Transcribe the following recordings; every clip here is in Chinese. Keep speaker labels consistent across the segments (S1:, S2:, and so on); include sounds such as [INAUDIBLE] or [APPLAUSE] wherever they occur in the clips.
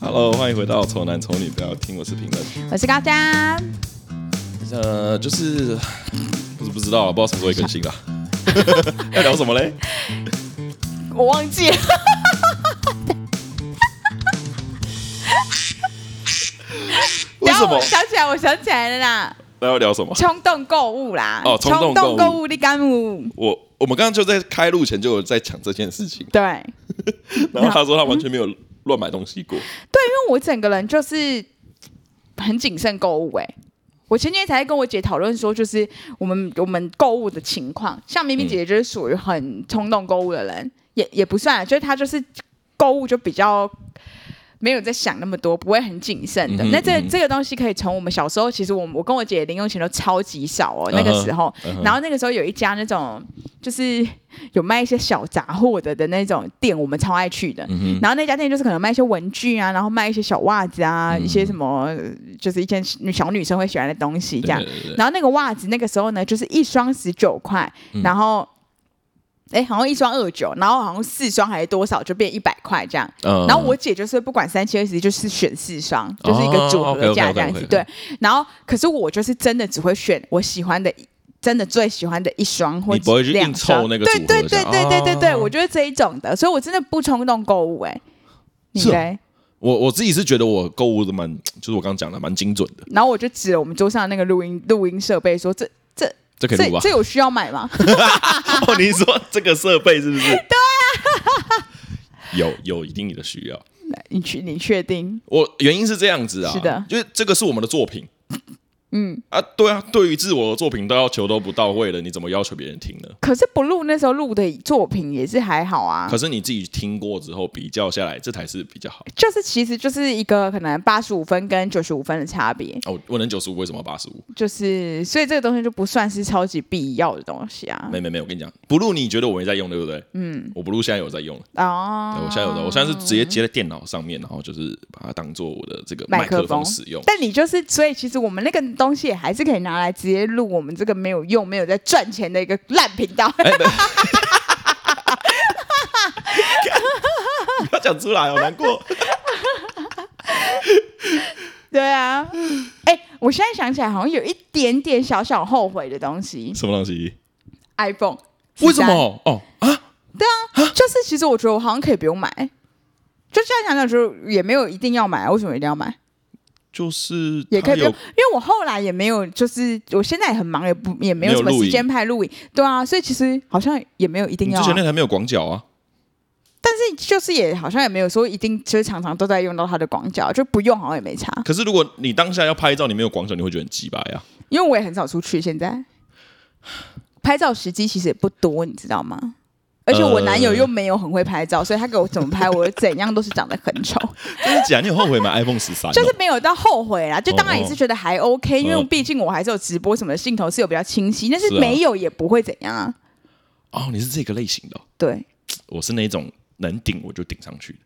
S1: Hello，欢迎回到《丑男丑女》，不要听我是评论。
S2: 我是高嘉，
S1: 呃，就是不是不知道，不知道什么时候会更新啦。 [LAUGHS] 要聊什么嘞？
S2: 我忘记了，
S1: 为
S2: 然
S1: 什
S2: 后
S1: 么
S2: 我？想起来，我想起来了啦，
S1: 那要聊什么？
S2: 冲动购物啦，
S1: 哦冲动购物
S2: 购物的干物，
S1: 我我们刚刚就在开录前就有在讲这件事
S2: [LAUGHS]
S1: 情，
S2: 对对，因
S1: 然后他说他完全没有乱买东西过，
S2: 为我整个人就是很谨慎购物、欸，我前天才在跟我姐讨论说，就是我们我们购物的情况，像
S1: 嗯
S2: 明明姐姐就是属于很冲动购物的人，也也不算啊，就是她就是购物就比较没有在想那么多，不会很谨慎的。
S1: 嗯哼
S2: 那这
S1: 嗯哼
S2: 这个东西可以从我们小时候，其实我们我跟我姐零用钱都超级少哦，那个时候，
S1: 嗯哼
S2: 然后那个时候有一家那种就是有卖一些小杂货的的那种店，我们超爱去
S1: 嗯
S2: 的。然后那家店就是可能卖一些文具啊，然后卖一些小袜子啊，
S1: 嗯
S2: 一些什么呃就是一些小女生会喜欢的东西这样
S1: 对。对对对
S2: 然后那个袜子那个时候呢，就是一双十九块，
S1: 嗯
S2: 然后。哎，好像一双二九，然后好像四双还是多少，就变一百块这样。
S1: 嗯哦
S2: 然后我姐就是不管三七二十一，就是选四双，就是一个组合价这样子。
S1: 哦，OK，OK，OK，OK，OK
S2: 对，然后可是我就是真的只会选我喜欢的，真的最喜欢的一双或
S1: 你不会去
S2: 两
S1: 硬
S2: 双
S1: 凑那个组
S2: 对
S1: 合
S2: 对对
S1: 这样
S2: 对对对对，
S1: 哦
S2: 我就是这一种的，所以我真的不冲动购物。哎，你
S1: 是哦
S2: 嘞？
S1: 我我自己是觉得我购物的蛮，就是我刚刚讲的蛮精准的，
S2: 然后我就指了我们桌上那个录音录音设备说：“这这
S1: 这可以
S2: 这
S1: 录吧啊
S2: 这？有需要买吗？”
S1: [LAUGHS]
S2: [LAUGHS]
S1: 哦，你说这个设备是不是？对啊， [LAUGHS] 有有一定的需要。
S2: 你确你确定？
S1: 我原因是这样子啊，
S2: 是的
S1: 就是这个是我们的作
S2: [LAUGHS]
S1: 品，嗯啊，对啊，对于自我的作品都要求都不到位了，你怎么要求别人听呢？
S2: 可是不录那时候录的作品也是还好啊
S1: 可，是你自己听过之后比较下来，这才是比较好。
S2: 就是其实就是一个可能八十五分跟九十五分的差别，
S1: 哦，我能九十五，为什么八十五？
S2: 就是所以这个东西就不算是超级必要的东西啊。
S1: 没没没，我跟你讲，不录你觉得我没在用，对不对？嗯，我不录现在有在用，
S2: 哦
S1: 对，我现在有在，我现在是直接接在电脑上面，然后就是把它当做我的这个
S2: 麦
S1: 麦
S2: 克
S1: 克
S2: 风
S1: 风使用。 [LAUGHS]
S2: 但你就是，所以其实我们那个东西也还是可以拿来直接录我们这个没有用、没有在赚钱的一个烂频道。 [LAUGHS]
S1: 哎， [LAUGHS] 不不要讲出来哦，难
S2: [LAUGHS]
S1: 过。
S2: 对啊，哎、我现在想起来好像有一点点小小后悔的东西
S1: 什么东西？
S2: ，iPhone 13。
S1: 为什么？哦啊，
S2: 就是其实我觉得我好像可以不用买，就这样想想，就也没有一定要买，为什么一定要买？
S1: 就是
S2: 也可
S1: 它
S2: 以不用，
S1: 有
S2: 因为我后来也没有，就是我现在也很忙，也不也没
S1: 没
S2: 有
S1: 有
S2: 什么
S1: 录
S2: 时
S1: 影
S2: 间拍录影，对啊，所以其实好像也没有一定
S1: 你
S2: 要
S1: 之
S2: 啊、
S1: 前那台没有广角啊，
S2: 但是就是也好像也没有说一定，就是常常都在用到它的广角，就不用好像也没差，
S1: 可是如果你当下要拍照，你没有广角，你会觉得很鸡巴呀。
S2: 因为我也很少出去，现在拍照时机其实也不多，你知道吗？而且我男友又没有很会拍照，所以他给我怎么拍，我怎样都是长得很 [LAUGHS] 丑。
S1: 真的假的？你有后悔
S2: [LAUGHS]
S1: 买 iPhone 十三？
S2: 就是没有到后悔啦，就当然
S1: 哦哦
S2: 也是觉得还 OK，、因为
S1: 嗯
S2: 毕竟我还是有直播什么的镜头是有比较清晰，哦但是
S1: 是啊
S2: 没有也不会怎样啊。
S1: 哦，你是这个类型的哦、
S2: 对，
S1: 我是那种能顶我就顶上去的。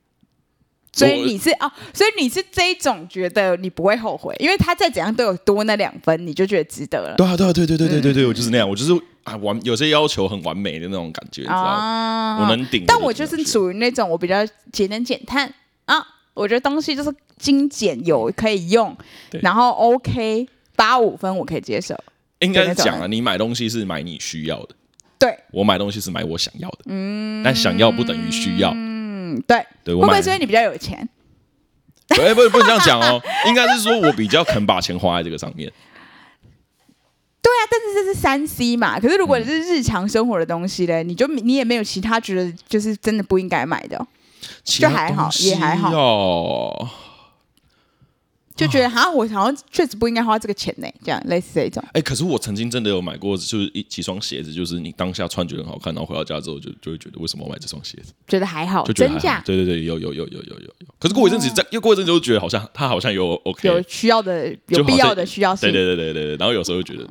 S2: 所以你是哦，所以你是这一种觉得你不会后悔，因为他再怎样都有多那两分，你就觉得值得了。
S1: 对啊，对啊，对对对对对
S2: 嗯
S1: 对，我就是那样，我就是啊完有些要求很完美的那种感觉，你知道吗？
S2: 啊
S1: 我能顶，
S2: 但我就是
S1: 顶上去
S2: 属于那种我比较节能减碳啊，我觉得东西就是精简有可以用
S1: 对，
S2: 然后 OK 八五分我可以接受。
S1: 应该是讲
S2: 那种
S1: 啊，你买东西是买你需要的，
S2: 对，
S1: 我买东西是买我想要的，嗯，但想要不等于需要，
S2: 嗯，对，
S1: 对
S2: 会
S1: 我
S2: 不会
S1: 买
S2: 是因为你比较有钱？
S1: 哎、 [LAUGHS] 不不能这样讲哦，应该是说我比较肯把钱花在这个上面。
S2: 啊但是这是三 C 嘛，可是如果是日常生活的东西嘞，你就你也没有其他觉得就是真的不应该买的哦、
S1: 其他
S2: 就还好
S1: 东西
S2: 也还好
S1: 哦。
S2: 就
S1: 啊
S2: 觉得哈，我好像确实不应该花这个钱呢，这样类似这一种。
S1: 哎、可是我曾经真的有买过，就是一几双鞋子，就是你当下穿觉得很好看，然后回到家之后就就会觉得为什么我买这双鞋子，
S2: 觉得还好，
S1: 就觉得
S2: 真
S1: 还
S2: 假
S1: 好对对对，有有有有有有有。可是过一阵子再，又过一阵子就觉得好像它好像有 OK，
S2: 有需要的、
S1: 就
S2: 有
S1: 好像
S2: 必要的需要性。
S1: 对对对对对对。然后有时候又觉得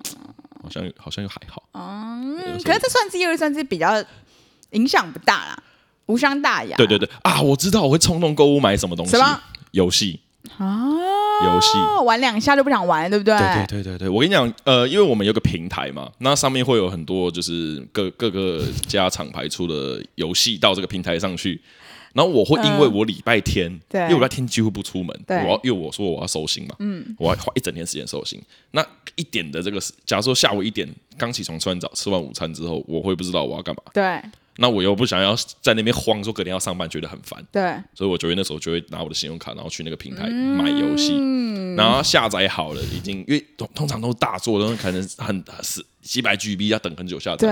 S1: 好像好像又还好，
S2: 嗯，可是这算是又算是比较影响不大啦，无伤大雅。
S1: 对对对啊，我知道我会冲动购物买什么东西
S2: 什么，
S1: 游戏，
S2: 啊，
S1: 游戏
S2: 玩两下就不想玩了，对不对？
S1: 对对对对对，我跟你讲，呃，因为我们有个平台嘛，那上面会有很多就是各各个家厂牌出的游戏到这个平台上去，然后我会因为我礼拜天，
S2: 嗯对
S1: 因为我礼拜天几乎不出门，我
S2: 对
S1: 要因为我说我要收心嘛，嗯，我要花一整天时间收心。那一点的这个时，假如说下午一点刚起床吃完早吃完午餐之后，我会不知道我要干嘛，
S2: 对
S1: 那我又不想要在那边慌，说隔天要上班觉得很烦，
S2: 对，
S1: 所以我九月那时候就会拿我的信用卡，然后去那个平台
S2: 嗯
S1: 买游戏，然后下载好了，已经因为通通常都是大作，然后可能很是几百 GB 要等很久下载，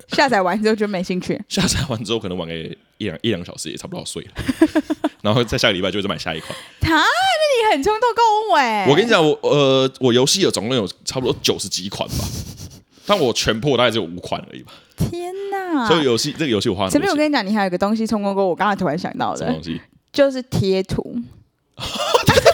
S2: 对，下载完之后就没兴 [LAUGHS] 趣。
S1: 下载完之后可能玩个一两一两个小时也差不多要睡了，然后在下个礼拜就会再买下一款。
S2: 啊，那你很冲动购物哎、
S1: 我跟你讲，我呃，我游戏有总共有差不多九十几款吧，但我全破大概只有五款而已吧。
S2: 天哪！
S1: 所以游戏这个游戏我花很
S2: 啊前面
S1: 多
S2: 我
S1: 钱。
S2: 跟你讲，你还有一个东西冲动购物，我刚才突然想到
S1: 什么
S2: 的
S1: 东，西？
S2: 就是贴图。他妈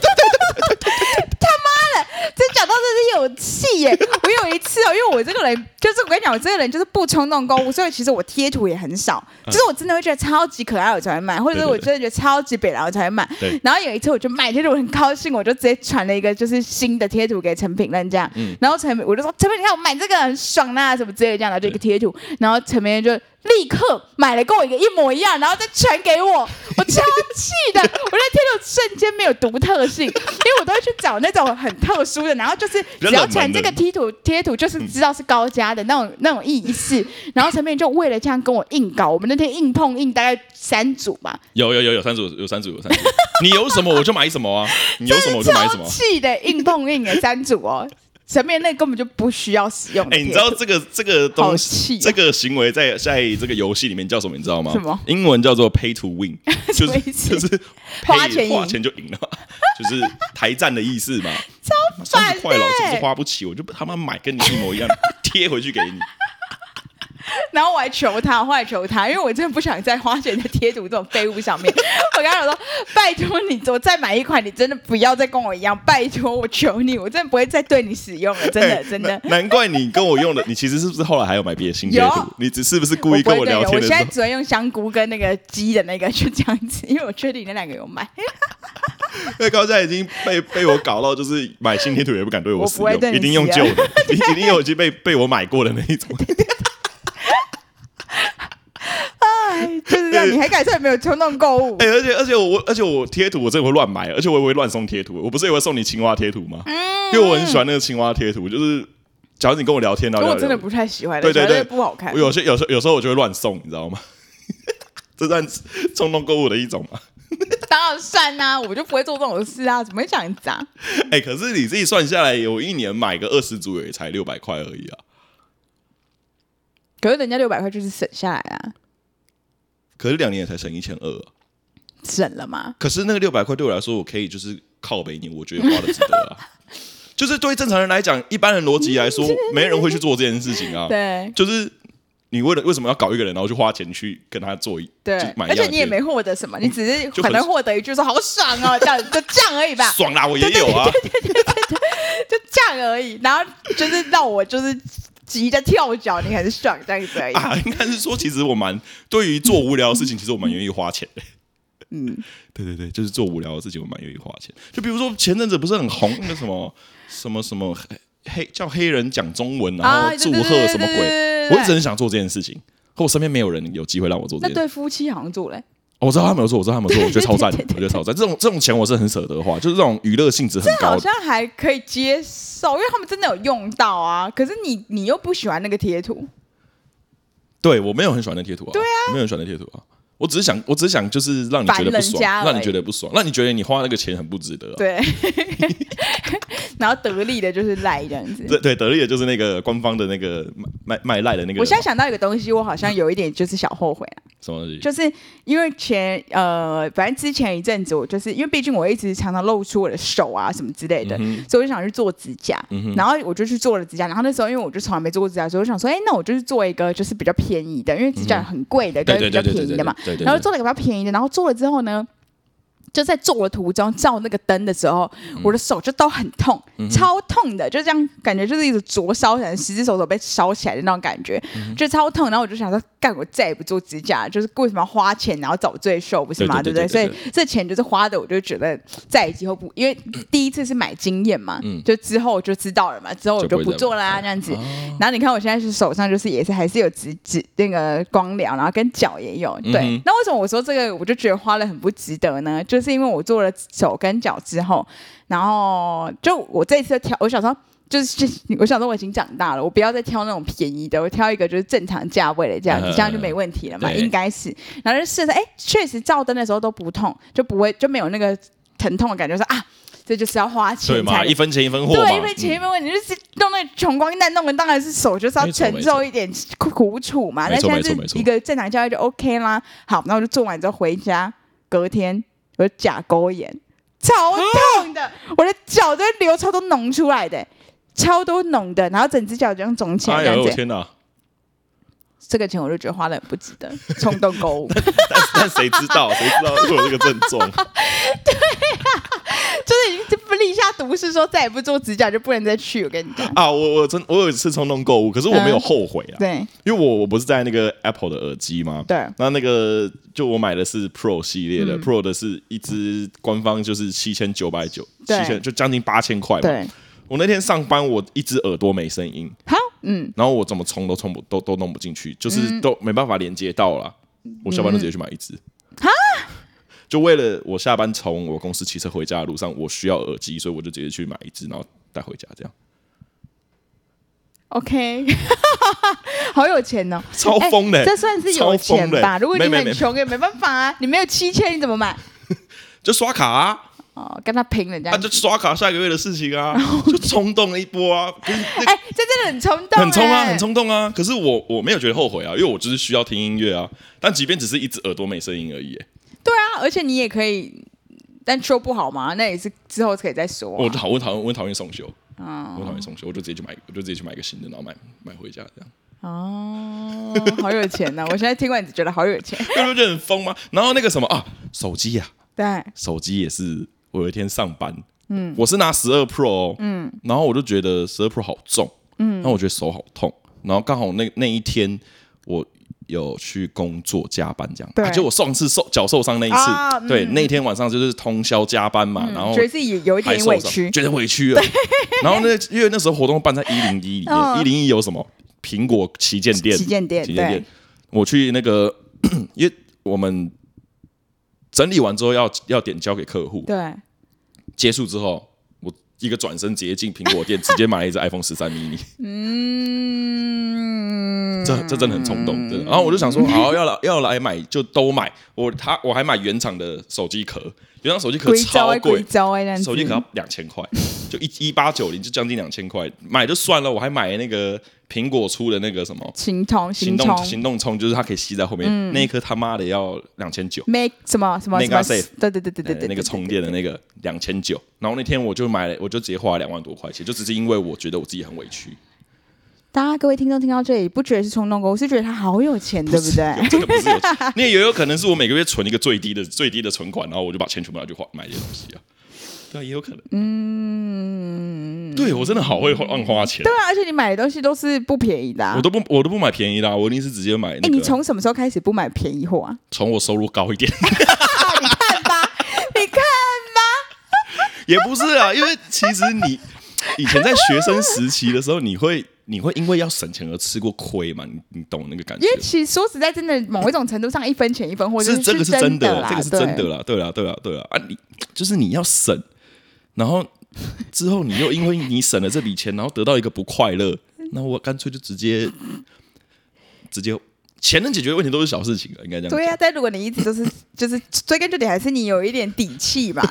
S2: 的，这讲到真是有气耶、我有一次哦，因为我这个人就是我跟你讲，我这个人就是不冲动购物，所以其实我贴图也很少，就是我真的会觉得超级可爱我才会买，或者是我真的觉得超级北蓝我才会买
S1: 对。
S2: 然后有一次我就买贴图，我很高兴，我就直接传了一个就是新的贴图给陈品任这样，
S1: 嗯
S2: 然后陈品我就说陈品任你看我买这个很爽啦、什么之类的这样，然后就一个贴图，然后陈品任就立刻买了跟我一个一模一样，然后再传给我，我超气的，我那贴图瞬间没有独特性，因为我都会去找那种很特殊的，然后就是只要传这个贴图贴图就是知道是高家的那种那种意思，然后陈品任就为了这样跟我硬搞，我们那天硬碰硬大概三组吧，
S1: 有有有有三组有三组有三组，你有什么我就买什么啊！你有什么我就买
S2: 超
S1: 什么。
S2: 气的，硬碰硬的三组
S1: [LAUGHS]
S2: 哦，前面那根本就不需要使用的
S1: 哎、
S2: 贴
S1: 你知
S2: 图。
S1: 道这个这个东西、
S2: 好气啊
S1: 这个行为在在这个游戏里面叫什么？你知道吗？
S2: 什么
S1: 英文叫做 pay to
S2: [LAUGHS]
S1: win，就
S2: 么
S1: 是
S2: 意思
S1: 就是
S2: 花
S1: pay-
S2: 钱赢
S1: 花钱就赢了，就是台战的意
S2: [LAUGHS]
S1: 思嘛。超
S2: 烦
S1: 三
S2: 的欸
S1: 十块老子不是花不起，我就他妈买跟你一模一样贴回去给你。
S2: 然后我还求他，后来求他，因为我真的不想再花钱在贴图这种废物上面。 [LAUGHS] 我跟他讲说，拜托你，我再买一款，你真的不要再跟我一样，拜托我求你，我真的不会再对你使用了，真的
S1: 哎
S2: 真的。
S1: 难难怪你跟我用的，你其实是不是后来还有买别的新贴
S2: 有
S1: 图？你只是不是故意
S2: 不
S1: 跟
S2: 会对
S1: 聊
S2: 你
S1: 天
S2: 我
S1: 的
S2: 现
S1: 时
S2: 在
S1: 候？
S2: 只会用香菇跟那个鸡的那个，就这样子，因为我确定那两个有买，
S1: 因为高嘉已经被被我搞到，就是买新贴图也不敢对
S2: 我
S1: 我
S2: 不
S1: 使
S2: 会对
S1: 用，
S2: 你
S1: 一定用
S2: 使
S1: 旧
S2: 用 [LAUGHS]
S1: 的，一定一定有已经被被我买过的那一种。
S2: 就是这样。你还敢说你没有冲动购物？
S1: 哎、而且而且我而且我贴图我真的会乱买，而且我也会乱送贴图。我不是也会送你青蛙贴图吗？因为我很喜欢那个青蛙贴图，就是假如你跟我聊天，然
S2: 因
S1: 后
S2: 为
S1: 聊
S2: 我真的
S1: 聊
S2: 不太喜欢，
S1: 哎对对
S2: 觉
S1: 对，
S2: 得不好看
S1: 我。有些有时候有时候我就会乱送，你知道吗？ [LAUGHS] 这算冲动购物的一种嘛？
S2: 当然算啦、我就不会做这种事啊，怎么会这样子啊？
S1: 哎、可是你自己算下来，有一年买个二十组也才六百块而已啊。
S2: 可是人家六百块就是省下来啊啦，
S1: 可是两年也才省一千二，啊
S2: 省了嘛。
S1: 可是那个六百块对我来说，我可以就是靠北你，我觉得花的值得啊。 [LAUGHS] 就是对于正常人来讲，一般人逻辑来说，没人会去做这件事情啊。
S2: 对
S1: 就是你为了为什么要搞一个人，然后去花钱去跟他做一
S2: 对
S1: 就买，一样的
S2: 而且你也
S1: 贴
S2: 没获得什么，你只是
S1: 就
S2: 可
S1: 很
S2: 能获得一句说好爽哦，这样就这样而已吧，
S1: 爽啦，我也有啊，
S2: 就这样而已。然后就是让我就是急着跳脚，你很爽这样子而
S1: [LAUGHS]
S2: 已。
S1: 啊，应该是说其实我蛮对于做无聊的事情，其实我蛮愿意花钱的。
S2: 嗯，
S1: [LAUGHS] 对对对，就是做无聊的事情，我蛮愿意花钱。就比如说前阵子不是很红那个什么 [LAUGHS] 什么什么黑叫黑人讲中文，然
S2: 啊
S1: 后
S2: 对
S1: 祝
S2: 对对
S1: 贺什么
S2: 对对
S1: 鬼，
S2: 对对对
S1: 我一直很想做这件事情，可我身边没有人有机会让我做这
S2: 那
S1: 件事。
S2: 对夫妻好像做嘞，
S1: 哦我知道他们有做，我知道他们有做，我觉得超赞，
S2: 对对
S1: 我觉得超赞。这种这种钱我是很舍得花，就是这种娱乐性质很
S2: 这
S1: 高
S2: 好
S1: 的。
S2: 像还可以接受，因为他们真的有用到啊。可是你你又不喜欢那个贴图，
S1: 对我没有很喜欢那贴图啊，对啊，没有很喜欢那贴图啊。我只是想，我只是想，就是让你觉得不
S2: 烦人
S1: 爽，
S2: 家而已
S1: 让你觉得不爽，让你觉得你花那个钱很不值得、啊。
S2: 对， [LAUGHS] 然后得利的就是赖这样子。
S1: 对对，得力的就是那个官方的那个卖卖卖赖的那个人嘛，
S2: 我现在想到一个东西，我好像有一点就是小后悔啊，
S1: 什么东西？
S2: 就是因为前呃，反正之前一阵子我就是因为毕竟我一直常常露出我的手啊什么之类的，
S1: 嗯
S2: 所以我就想去做指甲，然后我就去做了指甲，然后那时候因为我就从来没做过指甲，所以我想说，哎、那我就去做一个就是比较便宜的，因为指甲很贵的，跟
S1: 嗯对
S2: 比较便宜的嘛，，
S1: 对对
S2: 然后做了一个比较便宜的，然后做了之后呢，就在做的途中照那个灯的时候，
S1: 嗯
S2: 我的手就都很痛，超痛的，
S1: 嗯
S2: 就这样感觉就是一直灼烧，可能十只手手被烧起来的那种感觉，就超痛。然后我就想说，干，我再也不做指甲，就是为什么要花钱然后找罪受，不是吗？
S1: 对
S2: 不
S1: 对对
S2: 所
S1: 对
S2: 以这钱就是花的，我就觉得再也以后不，因为第一次是买经验嘛，就之后我就知道了嘛，之后我
S1: 嗯就
S2: 就
S1: 不会
S2: 不
S1: 再
S2: 做啦，
S1: 买
S2: 这样子。
S1: 哦
S2: 然后你看我现在是手上就是也是还是有指指那个光疗，然后跟脚也有。对，
S1: 嗯哼
S2: 那为什么我说这个我就觉得花了很不值得呢？就是因为我做了手跟脚之后，然后就我这一次挑，我想说。就是我想说我已经长大了，我不要再挑那种便宜的，我挑一个就是正常价位的这样子，
S1: 嗯
S2: 这样就没问题了嘛，
S1: 对
S2: 应该是。然后就试着，哎，确实照灯的时候都不痛，就不会就没有那个疼痛的感觉，说啊，这就是要花钱
S1: 对嘛，
S2: 才
S1: 一分钱一分货嘛，
S2: 对，因为前面问题就是弄那个穷光蛋，弄的当然是手就是要
S1: 没错
S2: 承受一点苦苦楚嘛。
S1: 没
S2: 那
S1: 错
S2: 现在
S1: 没错没
S2: 是
S1: 错
S2: 一个正常教育就 OK 啦。好，那我就做完之后回家，隔天我的甲沟炎，超痛
S1: 啊
S2: 的，我的脚都流超多脓出来的，超多脓的，然后整只脚这样肿起来
S1: 哎
S2: 这
S1: 呦
S2: 样
S1: 我
S2: 子。
S1: 天哪！ [LAUGHS]
S2: 这个钱我就觉得花的很不值得，冲动
S1: [LAUGHS]
S2: 购物。
S1: 但但谁知道？谁知道会有这个症状？
S2: 就是已经立下毒誓，说再也不做指甲就不能再去。我跟你讲，
S1: 啊，我我真我有一次冲动购物，可是我没有
S2: 嗯
S1: 后悔啊，
S2: 对
S1: 因为我我不是在那个 Apple 的耳机吗？
S2: 对嗯
S1: 那那个就我买的是 Pro 系列的、p r o 的是一支官方就是七千九百九，七
S2: 对
S1: 千就将近八千块嘛。
S2: 对，
S1: 我那天上班，我一只耳朵没声音，
S2: 好，嗯，
S1: 然后我怎么充都充不都都弄不进去，就是都没办法连接到啦。
S2: 嗯
S1: 我下班就直接去买一只。就为了我下班从我公司骑车回家的路上，我需要耳机，所以我就直接去买一只，然后带回家，这样
S2: OK，好有钱哦！
S1: 超疯的、欸
S2: 这算是有钱
S1: 超疯的欸
S2: 吧？如果你
S1: 没没
S2: 很
S1: 没
S2: 穷也没办法啊，你没有七千你怎么买？
S1: 就刷卡、啊。
S2: 哦，跟他拼人家
S1: 他、。啊就刷卡下个月的事情啊，就冲动了一波啊，不是那
S2: 哎、这真的很冲动、
S1: 很冲啊，
S2: 哎
S1: 很。冲动啊。可是我我没有觉得后悔啊，因为我就是需要听音乐啊。但即便只是一只耳朵没声音而已、哎
S2: 对啊，而且你也可以，但修不好嘛，那也是之后可以再说、
S1: 我
S2: 啊。
S1: 讨我讨厌我讨厌送修，我
S2: 哦
S1: 讨厌送修，我就直接去买，我就直接去买一个新的，然后买买回家这样。
S2: 哦，好有钱 [LAUGHS] 呐、我现在听完只觉得好有钱。
S1: 你不觉得很疯吗？然后那个什么啊，手机呀、啊，
S2: 对，
S1: 手机也是，我有一天上班，嗯，我是拿十二 Pro，、哦、嗯，然后我就觉得十二 Pro 好重，嗯，然后我觉得手好痛，然后刚好那那一天我有去工作加班这样，
S2: 对
S1: 啊就我上次受脚受伤那一次，
S2: 啊嗯
S1: 对，那天晚上就是通宵加班嘛，然后
S2: 觉得自己有一
S1: 还
S2: 点
S1: 受
S2: 委
S1: 伤
S2: 屈。
S1: 觉得委屈了。 [LAUGHS] 然后那因为那时候活动办在一零一里面，
S2: 嗯
S1: 一零一有什么苹果旗舰店？
S2: 旗舰店
S1: 旗舰
S2: 对
S1: 店。我去那个， [CLEARS THROAT] 因为我们整理完之后要要点交给客户，
S2: 对，
S1: 结束之后，我一个转身直接进苹果店，直接买了一只 iPhone 十三
S2: [LAUGHS]
S1: mini。
S2: 嗯，
S1: 这这真的很冲动，真的。然后我就想说，好要来要来买就都买，我他我还买原厂的手机壳，原厂手机壳
S2: 鬼招
S1: 超
S2: 哎，
S1: 贵
S2: 鬼，招哎，这样子。
S1: 手机壳要两千块，就
S2: [LAUGHS]
S1: 一一八九零，就将近两千块，买就算了，我还买那个苹果出的那个什么
S2: 行通
S1: 行
S2: 行嗯
S1: 动
S2: 通
S1: 行动充，就是它可以吸在后面，那一颗他妈的要两千九，
S2: make 什么什么什
S1: Mega
S2: 么
S1: safe，，
S2: 对对对对对
S1: 呃
S2: 对，
S1: 那个
S2: 对
S1: 充电的那个两千九，然后那天我就买了，我就直接花了两万多块钱，就只是因为我觉得我自己很委屈，
S2: 大家各位听众听到这里，不觉得是冲动购物，是觉得他好有钱，对不
S1: [LAUGHS]
S2: 对？
S1: 这个不是有，那也 [LAUGHS] 有可能是我每个月存一个最低的最低的存款，然后我就把钱全部拿去花买这些东西啊，对啊，也有可能，嗯，对我真的好会花乱花钱
S2: 对。啊，而且你买的东西都是不便宜的、啊
S1: 我。都不，我都不买便宜的啊、我一定是直接买、那个
S2: 哎，你从什么时候开始不买便宜货
S1: [LAUGHS]
S2: 啊？
S1: 从我收入高一点， [LAUGHS]
S2: 你看吧，你看
S1: 也不是啊，因为其实
S2: [LAUGHS]
S1: 你以前在学生时期的时候，你会你会因为要省钱而吃过亏嘛？你你懂那个感觉
S2: 因？为其实说实在，真的某一种程度上，一分钱一分货，
S1: 这个
S2: 是
S1: 是真
S2: 的
S1: 的啦，
S2: 啦，
S1: 这个是真的
S2: 对。
S1: 啦，对啦，对啦，对啦啊！你就是你要省，然后之后你又因为你省了这笔钱，然后得到一个不快
S2: [LAUGHS]
S1: 乐，那我干脆就直接直接钱能解决的问题都是小事情了，应该这样讲。
S2: 对呀、啊，但如果你一直都是 [LAUGHS] 就是追根究底，还是你有一点底
S1: [LAUGHS]
S2: 气吧。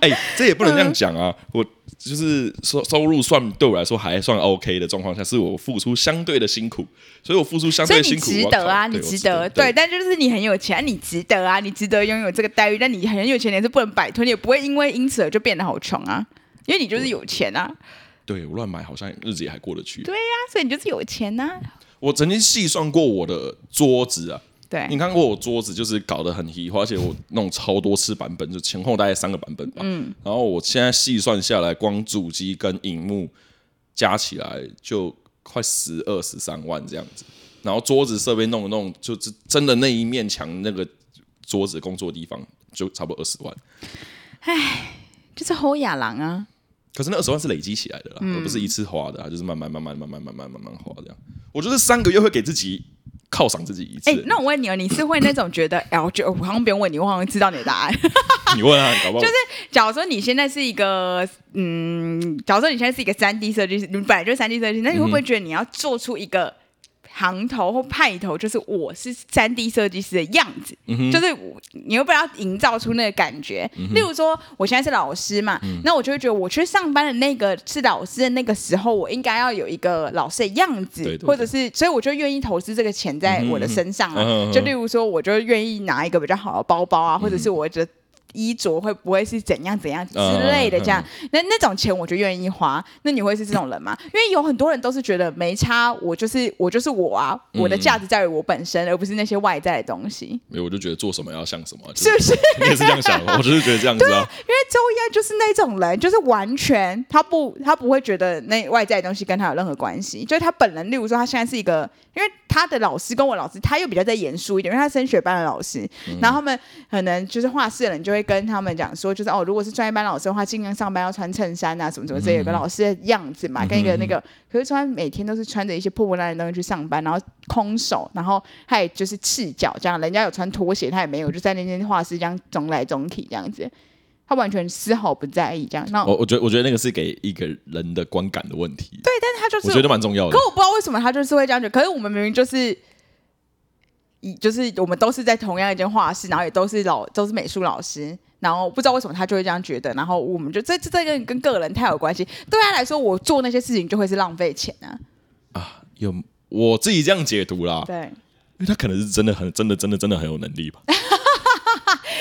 S1: 哎、这也不能这样讲啊！
S2: 嗯
S1: 我就是收收入算对我来说还算 OK 的状况下，是我付出相对的辛苦，所以我付出相
S2: 所
S1: 对
S2: 以
S1: 的辛
S2: 你
S1: 苦，
S2: 值
S1: 我要
S2: 得啊，
S1: 考
S2: 你
S1: 对我
S2: 值得，对，但就是你很有钱，你值得啊，你值得拥有这个待遇，但你很有钱，你还是不能摆脱，你也不会因为因此而就变得好穷啊，因为你就是有钱啊，
S1: 对我乱买好像日子也还过得去。
S2: 对啊，所以你就是有钱呐、
S1: 我曾经细算过我的桌子啊，
S2: 对
S1: 你，看过我桌子就是搞得很奇花，而且我弄超多次版本，就前后大概三个版本吧。嗯，然后我现在细算下来，光主机跟荧幕加起来就快十二十三万这样子。然后桌子设备弄一弄，就是真的那一面墙那个桌子工作地方就差不多二十万。
S2: 就是侯亚郎啊，
S1: 可是那二十万是累积起来的啦，而不是一次花的啊，就是慢慢慢慢慢慢慢慢慢慢花这样。我就是三个月会给自己犒赏自己一次
S2: 哎、。那我问你哦，你是会那种觉得，哎、我觉得我好像不用问你，我好像知道你的答案。
S1: 你问啊，你搞不好就是
S2: 假如说你现在是一个，嗯，假如说你现在是一个三 D 设计师，你本来就是三 D 设计师，
S1: 嗯
S2: 那你会不会觉得你要做出一个行头或派头，就是我是三 D 设计师的样子？
S1: 嗯
S2: 就是我你又不要营造出那个感觉。例如说，我现在是老师嘛，
S1: 嗯
S2: 那我就会觉得我去上班的那个是老师的那个时候，我应该要有一个老师的样子，
S1: 对对对
S2: 或者是，所以我就愿意投资这个钱在我的身上了。啊
S1: 嗯哼嗯哼嗯
S2: 就例如说，我就愿意拿一个比较好的包包啊，或者是我觉得。衣着会不会是怎样怎样之类的？这样，那那种钱我就愿意花。那你会是这种人吗？因为有很多人都是觉得没差，我就是我就是我啊，我的价值在于我本身，而不是那些外在的东西。
S1: 没有，我就觉得做什么要像什么啊，就是
S2: 不是？
S1: [LAUGHS] 你也是这样想
S2: [LAUGHS]
S1: 吗，我就是觉得这样子啊。
S2: 因为周一安就是那种人，就是完全他不他不会觉得那外在的东西跟他有任何关系，就是他本人，例如说他现在是一个，因为他的老师跟我老师，他又比较在严肃一点，因为他升学班的老师，然后他们可能就是画室的人就会跟他们讲说，就是哦，如果是专业班老师的话，尽量上班要穿衬衫啊，什么什么之类的，有个老师的样子嘛，跟一个那个，可是穿每天都是穿着一些破破烂烂的东西去上班，然后空手，然后还就是赤脚这样，人家有穿拖鞋，他也没有，就在那间画室这样中来中去这样子。他完全丝毫不在意这样。那
S1: 我我觉得我觉得那个是给一个人的观感的问题，
S2: 对，但是他就是，
S1: 我觉得蛮重要的
S2: 可。我不知道为什么他就是会这样觉得。可是我们明明就是，一就是我们都是在同样一间画室，然后也都是老都是美术老师。然后不知道为什么他就会这样觉得，然后我们就这这这个跟个人太有关系。对他来说，我做那些事情就会是浪费钱啊。
S1: 有我自己这样解读啦，
S2: 对
S1: 因为他可能是真的很真的真的真的很有能
S2: [LAUGHS]
S1: 力吧。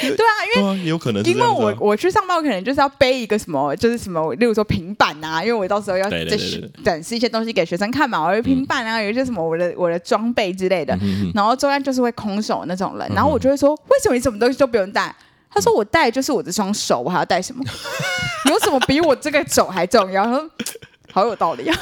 S2: 对啊，因为
S1: 对啊，也有可能是
S2: 因
S1: 这
S2: 为
S1: 样子
S2: 我
S1: 啊。
S2: 我去上班，我可能就是要背一个什么，就是什么，例如说平板啊，因为我到时候要
S1: 对对对
S2: 再
S1: 对
S2: 学展示一些东西给学生看嘛，我有平板啊，有一些什么我的我的装备之类的。
S1: 嗯
S2: 然后周安就是会空手那种人，然后我就会说，为什么你什么东西都不用带？他说我带的就是我这双手，我还要带什么？ [LAUGHS] 有什么比我这个手还重要？他说好有道理啊！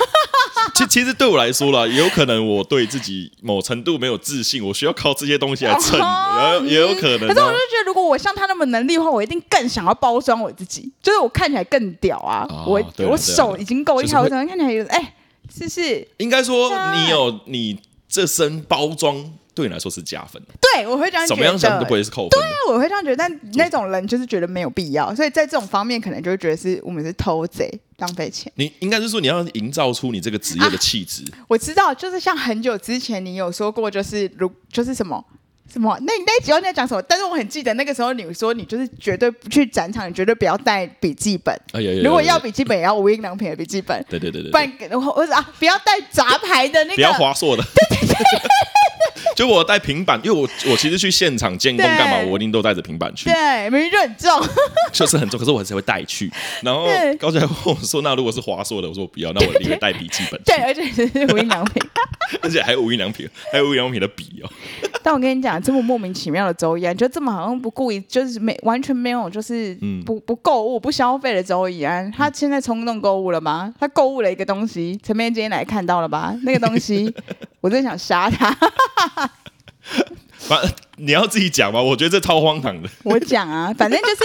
S1: 其其实对我来说啦，也有可能我对自己某程度没有自信，我需要靠这些东西来蹭，然
S2: 哦
S1: 后也有可能
S2: 可是我
S1: 啊
S2: 就觉得，如果我像他那么能力的话，我一定更想要包装我自己，就是我看起来更屌啊！
S1: 哦
S2: 我
S1: 对啊对啊
S2: 我手已经够
S1: 就
S2: 厉
S1: 是
S2: 害，
S1: 会
S2: 我怎么看起来有哎、是不是？
S1: 应该说
S2: 是啊
S1: 你有你这身包装对你来说是加分，
S2: 对，我会这样觉
S1: 怎
S2: 得。
S1: 么样想都不会是扣分的。
S2: 对我会这样觉得，但那种人就是觉得没有必要，所以在这种方面可能就会觉得是我们是偷贼，浪费钱。
S1: 你应该是说你要营造出你这个职业的气质，
S2: 我知道，就是像很久之前你有说过，就是如就是什么。什么？那那一集要在讲什么？但是我很记得那个时候你说你就是绝对不去展场，你绝对不要带笔记本。
S1: 哎有有有
S2: 如果
S1: 有
S2: 要
S1: 有
S2: 笔记本，也要无印良品的笔记本。
S1: 对对对呃对
S2: 不
S1: 对，
S2: 然 [LAUGHS] 给我我啊，不要带杂牌的那
S1: 比较
S2: 个，
S1: 华硕的。就我带平板，因为我我其实去现场监工干嘛，
S2: 对
S1: 我一定都带着平板去，
S2: 对，明明就很重， [LAUGHS]
S1: 就是很重，可是我还是会带去。然后
S2: 对
S1: 高姐还问我说：“那如果是华硕的，我说我不要，那我宁愿带笔记
S2: [LAUGHS]
S1: 本，
S2: 对，而且是无印良品。
S1: 而且还有无印良品，还有无印良品的笔哦。
S2: 但我跟你讲，这么莫名其妙的周一安，啊就这么好像不故意，就是没完全没有，就是不不购物、不消费的周一安，他现在冲动购物了吗？他购物了一个东西，陈面今天来看到了吧？那个东西，我真的想杀他。
S1: 反正你要自己讲吧，我觉得这超荒唐的。
S2: [LAUGHS] 我讲啊，反正就是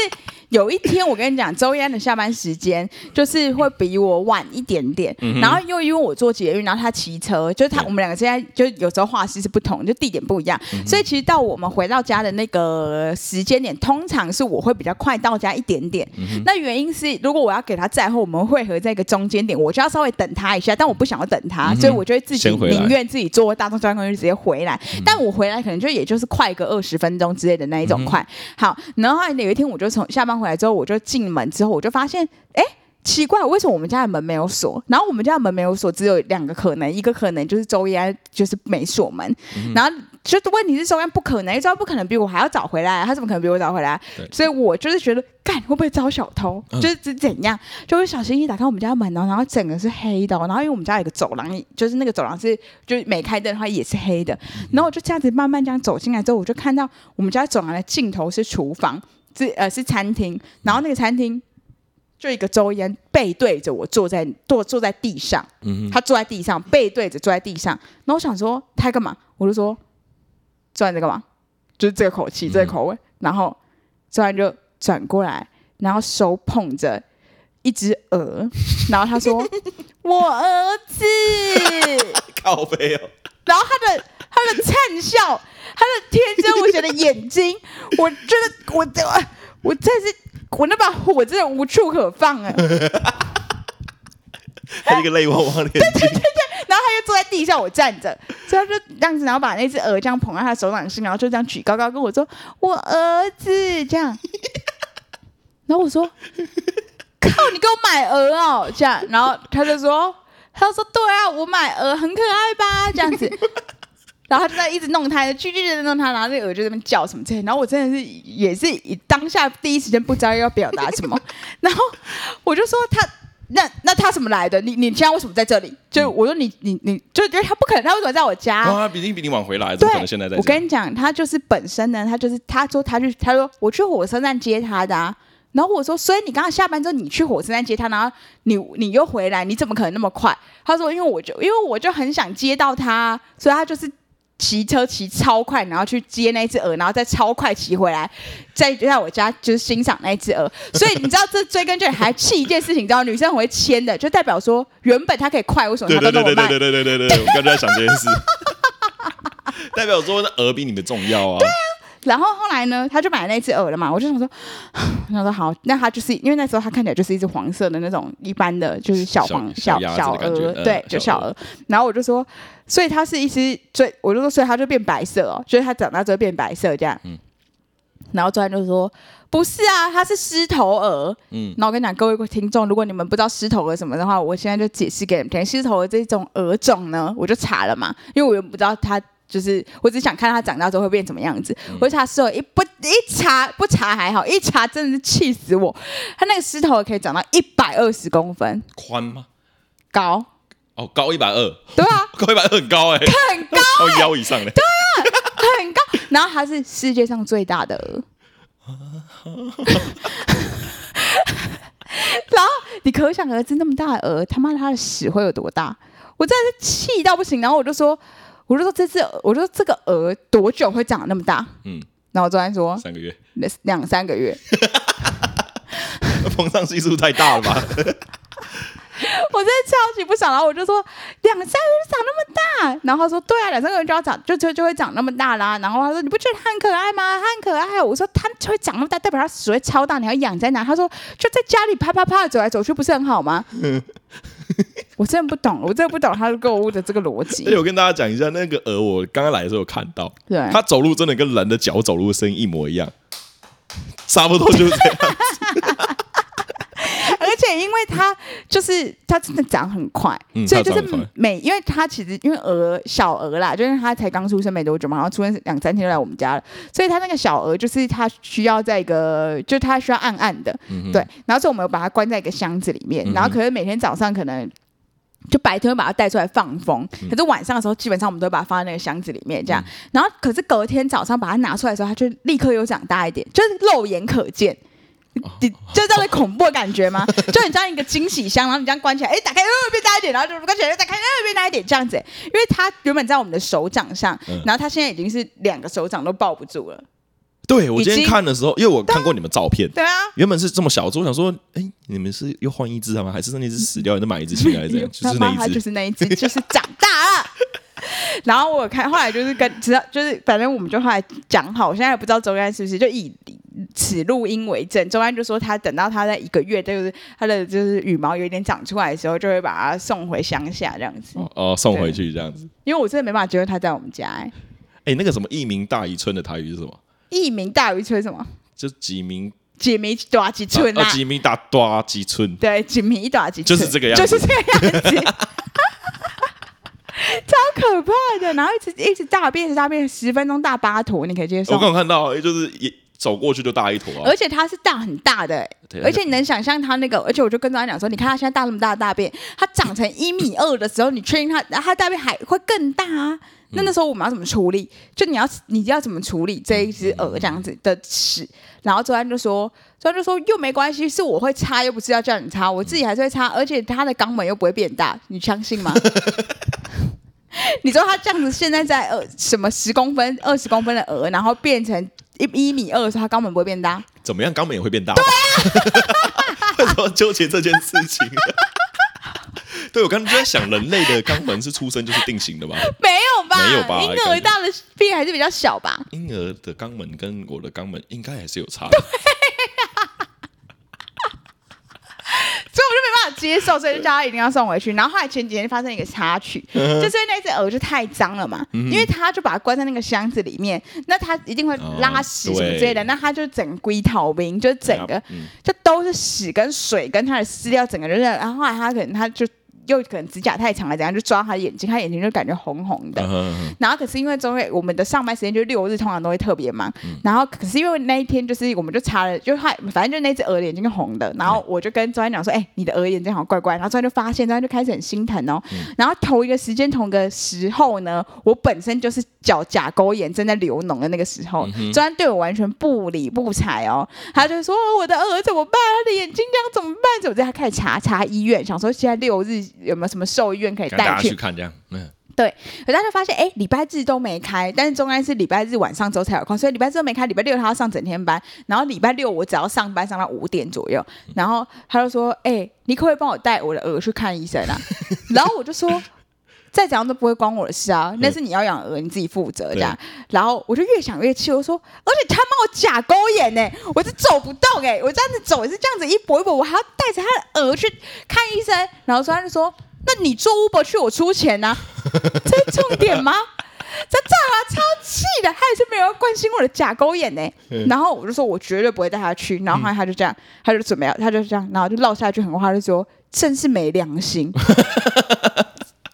S2: 有一天，我跟你讲，周一安的下班时间就是会比我晚一点点，然后又因为我坐捷运，然后他骑车，就是他
S1: 对
S2: 我们两个现在就有时候画室是不同，就地点不一样，所以其实到我们回到家的那个时间点，通常是我会比较快到家一点点。那原因是，如果我要给他载后，我们会合在一个中间点，我就要稍微等他一下，但我不想要等他，所以我就会自己
S1: 先回来嗯
S2: 宁愿自己坐大众交通工具直接回来。但我回来可能就也就是快个二十分钟之类的那一种
S1: 嗯
S2: 快。好，然后后来有一天我就从下班回来之后，我就进门之后，我就发现，哎。奇怪，为什么我们家的门没有锁？然后我们家的门没有锁，只有两个可能，一个可能就是周一安就是没锁门，
S1: 嗯
S2: 然后就问题是周一安不可能，因为周一安不可能比我还要早回来，他怎么可能比我早回来
S1: 对？
S2: 所以我就是觉得，干会不会招小偷？
S1: 嗯
S2: 就是是怎样？就会小心翼翼打开我们家的门哦，然后整个是黑的哦、然后因为我们家有个走廊，就是那个走廊是就是每开灯的话也是黑的，然后我就这样子慢慢这样走进来之后，我就看到我们家走廊的尽头是厨房，是呃是餐厅，然后那个餐厅就一个周嫣背对着我坐在坐坐在地上，
S1: 嗯哼，
S2: 他坐在地上背对着坐在地上，然后我想说他在干嘛，我就说周嫣在干嘛，就是这个口气、
S1: 嗯
S2: 这个口吻，然后周嫣就转过来，然后手捧着一只鹅，然后
S1: [LAUGHS]
S2: 他说我儿子， [LAUGHS]
S1: 靠背哦，
S2: 然后他的他的灿笑，他的天真无邪的眼睛，我真的我这我真是我那把火真的无处可放啊！
S1: 他一个泪汪汪的眼睛，
S2: 然后他就坐在地上，我站着，所以他就这样子，然后把那只鹅这样捧在他的手掌心，然后就这样举高高跟我说：“我儿子。”这样， [LAUGHS] 然后我说：“靠，你给我买鹅哦！”这样，然后他就说：“他就说对啊，我买鹅很可爱吧？”这样子。 [LAUGHS] 然后他就在一直弄它，剧剧的弄它，然后那鹅就在那边叫什么之类的。然后我真的是也是以当下第一时间不知道要表达什么， [LAUGHS] 然后我就说他那那他怎么来的？你你现在为什么在这里？就我说你你你，就觉得他不可能，他为什么在我家？
S1: 哇，比你比你晚回来，怎
S2: 对
S1: 么可能现在在这？
S2: 我跟你讲，他就是本身呢，他就是他说他去，他说我去火车站接他的、啊。然后我说，所以你刚刚下班之后，你去火车站接他，然后你你又回来，你怎么可能那么快？他说，因为我就因为我就很想接到他，所以他就是骑车骑超快，然后去接那只鹅，然后再超快骑回来，再在我家就是欣赏那只鹅。所以你知道这追根究底还气一件事情，你知道女生很会牵的，就代表说原本他可以快，为什么
S1: 对对
S2: 他都
S1: 对
S2: 那么
S1: 对对对
S2: 慢？
S1: 对对对
S2: [LAUGHS]
S1: 对，我刚才在想这件事，代表说那鹅比你们重要啊。
S2: 然后后来呢，他就买了那只鹅了嘛，我就想说， [SIGHS] 我想说好，那他就是因为那时候他看起来就是一只黄色的那种一般的，就是小
S1: 小
S2: 黄
S1: 小
S2: 小
S1: 鸭子
S2: 小
S1: 的感觉
S2: 鹅，
S1: 嗯
S2: 对，就
S1: 小
S2: 小
S1: 鹅
S2: 鹅。然后我就说，所以它是一只，所以我就说，所以它就变白色哦，就是它长大之后变白色这样。
S1: 嗯
S2: 然后周安就说：“不是啊，它是狮头鹅。”
S1: 嗯
S2: 那我跟你讲，各位听众，如果你们不知道狮头鹅什么的话，我现在就解释给你们听。狮头鹅这种鹅种呢，我就查了嘛，因为我也不知道它就是，我只想看它长大之后会变什么样子。我就查狮头鹅一不一查不查还好，一查真的是气死我。它那个狮头鹅可以长到一百二十公分
S1: 宽吗？
S2: 高，
S1: 哦，高一百二，
S2: 对啊，
S1: [LAUGHS] 高一百二很高哎、
S2: 很高欸啊
S1: 到腰以上嘞。
S2: 很高。然后它是世界上最大的鹅。然后你可想而知，那么大的鹅，他妈的它的屎会有多大？我真的是气到不行。然后我就说，我就说这只鹅，我就说这个鹅多久会长那么大？
S1: 嗯，
S2: 然后我昨天说
S1: 三个月， [LAUGHS]
S2: 两三个月，
S1: 膨胀系数太大了吧？
S2: 我真的超级不爽。然后我就说两三个月就长那么大，然后他说对啊，两三个月就要长，就就就会长那么大啦。然后他说你不觉得它很可爱吗？它很可爱。我说它就会长那么大，代表它水会超大，你要养在哪？他说就在家里啪啪啪的走来走去，不是很好吗？我真的不懂，我真的不懂他购物的这个逻
S1: 而且
S2: 辑。
S1: 哎我跟大家讲一下，那个鹅，我刚刚来的时候有看到，
S2: 对，
S1: 它走路真的跟人的脚走路的声音一模一样，差不多就是这样。
S2: [LAUGHS] 而且因为它就是它真的长很快，
S1: 嗯
S2: 所以就
S1: 它长很
S2: 是
S1: 快
S2: 每因为它其实因为鹅小鹅啦，就是它才刚出生没多久嘛，然后出生两三天就来我们家了，所以它那个小鹅就是它需要在一个就是它需要暗暗的， [LAUGHS]
S1: 嗯
S2: 对，然后所以我们有把它关在一个箱子里面，然后可是每天早上可能。就白天会把它带出来放风，可是晚上的时候，基本上我们都会把它放在那个箱子里面这样。然后，可是隔天早上把它拿出来的时候，它就立刻又长大一点，就是肉眼可见。你就这样的恐怖的感觉吗？ [LAUGHS] 就你这样一个惊喜箱，然后你这样关起来，哎、打开，呃，变大一点，然后就关起来，又打开，呃，变大一点，这样子、哎因为它原本在我们的手掌上，
S1: 嗯
S2: 然后它现在已经是两个手掌都抱不住了。
S1: 对我今天
S2: 已经
S1: 看的时候，因为我看过你们照片，
S2: 对啊，
S1: 原本是这么小只，我想说，哎、你们是又换一只了吗？还是那只死掉，你再买一只新的？还是怎样？
S2: [LAUGHS]
S1: 就是
S2: 然后
S1: 那
S2: 它
S1: 一
S2: 就
S1: 只。
S2: 是那一只，就是长大了。 [LAUGHS] 然后我看后来就是跟知道就是反正我们就后来讲好，我现在也不知道周安是不是就以此录音为证。周安就说他等到他在一个月，就是他的就是羽毛有一点长出来的时候，就会把它送回乡下这样子。
S1: 哦哦，送回去这样子。
S2: 因为我真的没办法接受他在我们家、欸。
S1: 哎、那个什么一鸣大于春的台语是什么？
S2: 一鸣大于春什么？
S1: 就几鸣
S2: 几米大几寸
S1: 啊
S2: 啊？
S1: 几鸣大大几春。
S2: 对，几米大几寸？
S1: 就是这个样子
S2: 就是这个样子。 [LAUGHS] 超可怕的，然后一直一直大便，一直大便，十分钟大八坨，你可以接受
S1: 我？刚有看到，就是也走过去就大一坨啊
S2: 而。且它是大很大的、
S1: 对
S2: 而且你能想象它那个，而且我就跟张安讲说，你看它现在大那么大的大便，它
S1: [LAUGHS]
S2: 长成一米二的时候，你确定它它大便还会更大啊？
S1: 嗯
S2: 那那时候我们要怎么处理？就你要你要怎么处理这一只鹅这样子的屎？然后周安就说，周安就说又没关系，是我会擦，又不是要叫你擦，我自己还是会擦，而且它的肛门又不会变大，你相信吗？ [LAUGHS] 你知道它这样子，现在在呃什么十公分、二十公分的鹅，然后变成一一米二的时候，它肛门不会变大？
S1: 怎么样，肛门也会变大。对啊， [LAUGHS] 为什么纠结这件事情？ [LAUGHS] 对，我刚刚就在想，人类的肛门是出生就是定型的吧？
S2: 没有吧？
S1: 没有吧
S2: 婴儿大的屁还是比较小吧？
S1: 婴儿的肛门跟我的肛门应该还是有差的。
S2: 所以我就没办法接受，所以就叫他一定要送回去。然后后来前几天发生一个插曲，
S1: 嗯
S2: 就是那只鹅就太脏了嘛，因为他就把它关在那个箱子里面，那它一定会拉屎
S1: 哦
S2: 什么之类的，
S1: 对
S2: 那它就整龟逃兵，就整个
S1: 嗯
S2: 就都是屎跟水跟它的饲料，整个就是，然后后来它可能它就又可能指甲太长了，怎样就抓它的眼睛，它眼睛就感觉红红的。
S1: 嗯哼
S2: 然后可是因为中间我们的上班时间就是六日，通常都会特别忙。然后可是因为那一天就是我们就查了，就害反正就那只鹅的眼睛是红的。然后我就跟周安讲说：“哎、你的鹅眼睛好像怪怪。”然后哦周安就发现，周安就开始很心疼哦。啊然后同一个时间同个时候呢，我本身就是脚甲沟炎正在流脓的那个时候，周安对我完全不理不睬哦。他就说：“哦我的鹅怎么办？他的眼睛这样怎么办？”怎么办？他开始查查医院，想说现在六日有没有什么兽医院可以
S1: 赶
S2: 带
S1: 大家
S2: 哎去
S1: 去看这样。嗯，
S2: 可是他就发现，哎、礼拜日都没开，但是中安是礼拜日晚上之后才有空，所以礼拜日都没开，礼拜六他要上整天班，然后礼拜六我只要上班上到五点左右，然后他就说，哎、你可不可以帮我带我的鹅去看医生啊？然后我就说。再怎样都不会关我的事啊，那是你要养鹅，你自己负责这样。然后我就越想越气，我说，而且他妈我甲沟炎呢、我是走不动哎、我这样子走也是这样子一跛一跛，我还要带着他的鹅去看医生。然后说他就说，那你坐 Uber 去，我出钱呐、啊。这是重点吗？这这啊，超气的，他也是没有关心我的甲沟眼呢、然后我就说，我绝对不会带他去。然后后来他就这样，他就准备要，他就这样，然后就落下一句狠话，他就说：“真是没良心。”